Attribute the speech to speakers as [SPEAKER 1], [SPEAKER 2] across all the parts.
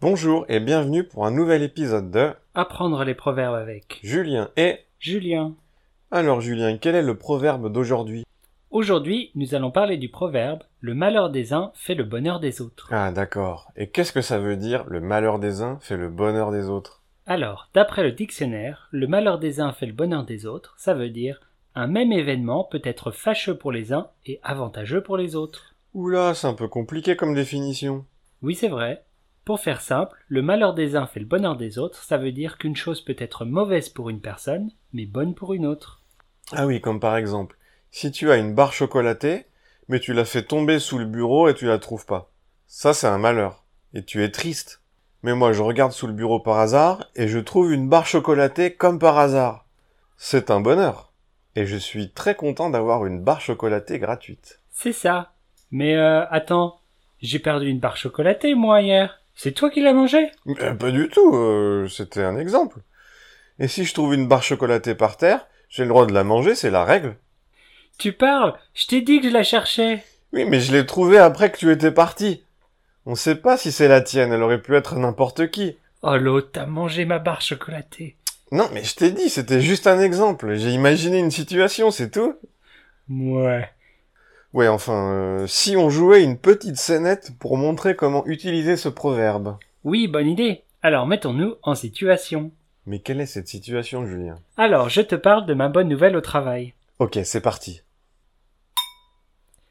[SPEAKER 1] Bonjour et bienvenue pour un nouvel épisode de
[SPEAKER 2] Apprendre les proverbes avec
[SPEAKER 1] Julien et...
[SPEAKER 2] Julien.
[SPEAKER 1] Alors Julien, quel est le proverbe d'aujourd'hui
[SPEAKER 2] Aujourd'hui, nous allons parler du proverbe Le malheur des uns fait le bonheur des autres.
[SPEAKER 1] Ah d'accord. Et qu'est-ce que ça veut dire le malheur des uns fait le bonheur des autres
[SPEAKER 2] Alors, d'après le dictionnaire, le malheur des uns fait le bonheur des autres, ça veut dire un même événement peut être fâcheux pour les uns et avantageux pour les autres.
[SPEAKER 1] Oula, c'est un peu compliqué comme définition.
[SPEAKER 2] Oui, c'est vrai. Pour faire simple, le malheur des uns fait le bonheur des autres, ça veut dire qu'une chose peut être mauvaise pour une personne, mais bonne pour une autre.
[SPEAKER 1] Ah oui, comme par exemple, si tu as une barre chocolatée, mais tu la fais tomber sous le bureau et tu la trouves pas. Ça, c'est un malheur. Et tu es triste. Mais moi, je regarde sous le bureau par hasard et je trouve une barre chocolatée comme par hasard. C'est un bonheur. Et je suis très content d'avoir une barre chocolatée gratuite.
[SPEAKER 2] C'est ça. Mais euh, attends, j'ai perdu une barre chocolatée, moi, hier. C'est toi qui l'as mangée
[SPEAKER 1] Mais pas du tout, euh, c'était un exemple. Et si je trouve une barre chocolatée par terre, j'ai le droit de la manger, c'est la règle.
[SPEAKER 2] Tu parles Je t'ai dit que je la cherchais.
[SPEAKER 1] Oui, mais je l'ai trouvée après que tu étais parti. On sait pas si c'est la tienne, elle aurait pu être n'importe qui.
[SPEAKER 2] Oh l'autre, t'as mangé ma barre chocolatée.
[SPEAKER 1] Non, mais je t'ai dit, c'était juste un exemple. J'ai imaginé une situation, c'est tout.
[SPEAKER 2] Mouais.
[SPEAKER 1] Ouais, enfin, euh, si on jouait une petite scénette pour montrer comment utiliser ce proverbe.
[SPEAKER 2] Oui, bonne idée. Alors mettons-nous en situation.
[SPEAKER 1] Mais quelle est cette situation, Julien
[SPEAKER 2] Alors, je te parle de ma bonne nouvelle au travail.
[SPEAKER 1] Ok, c'est parti.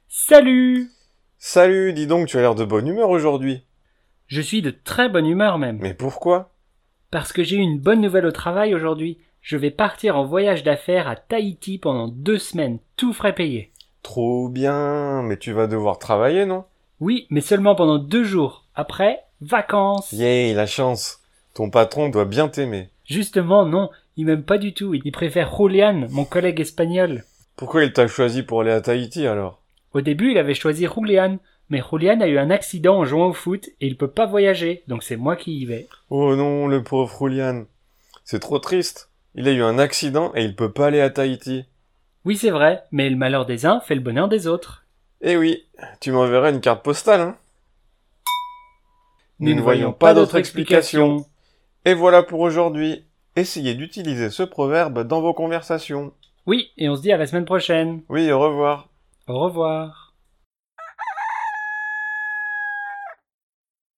[SPEAKER 2] Salut
[SPEAKER 1] Salut, dis donc, tu as l'air de bonne humeur aujourd'hui.
[SPEAKER 2] Je suis de très bonne humeur même.
[SPEAKER 1] Mais pourquoi
[SPEAKER 2] Parce que j'ai eu une bonne nouvelle au travail aujourd'hui. Je vais partir en voyage d'affaires à Tahiti pendant deux semaines, tout frais payé.
[SPEAKER 1] Trop bien, mais tu vas devoir travailler, non
[SPEAKER 2] Oui, mais seulement pendant deux jours. Après, vacances.
[SPEAKER 1] Yay, la chance. Ton patron doit bien t'aimer.
[SPEAKER 2] Justement, non, il m'aime pas du tout. Il préfère Julian, mon collègue espagnol.
[SPEAKER 1] Pourquoi il t'a choisi pour aller à Tahiti alors
[SPEAKER 2] Au début, il avait choisi Julian, mais Julian a eu un accident en jouant au foot et il peut pas voyager, donc c'est moi qui y vais.
[SPEAKER 1] Oh non, le pauvre Julian. C'est trop triste. Il a eu un accident et il peut pas aller à Tahiti.
[SPEAKER 2] Oui, c'est vrai, mais le malheur des uns fait le bonheur des autres.
[SPEAKER 1] Eh oui, tu m'enverras une carte postale, hein
[SPEAKER 2] Nous ne voyons pas d'autre explication.
[SPEAKER 1] Et voilà pour aujourd'hui. Essayez d'utiliser ce proverbe dans vos conversations.
[SPEAKER 2] Oui, et on se dit à la semaine prochaine.
[SPEAKER 1] Oui, au revoir.
[SPEAKER 2] Au revoir.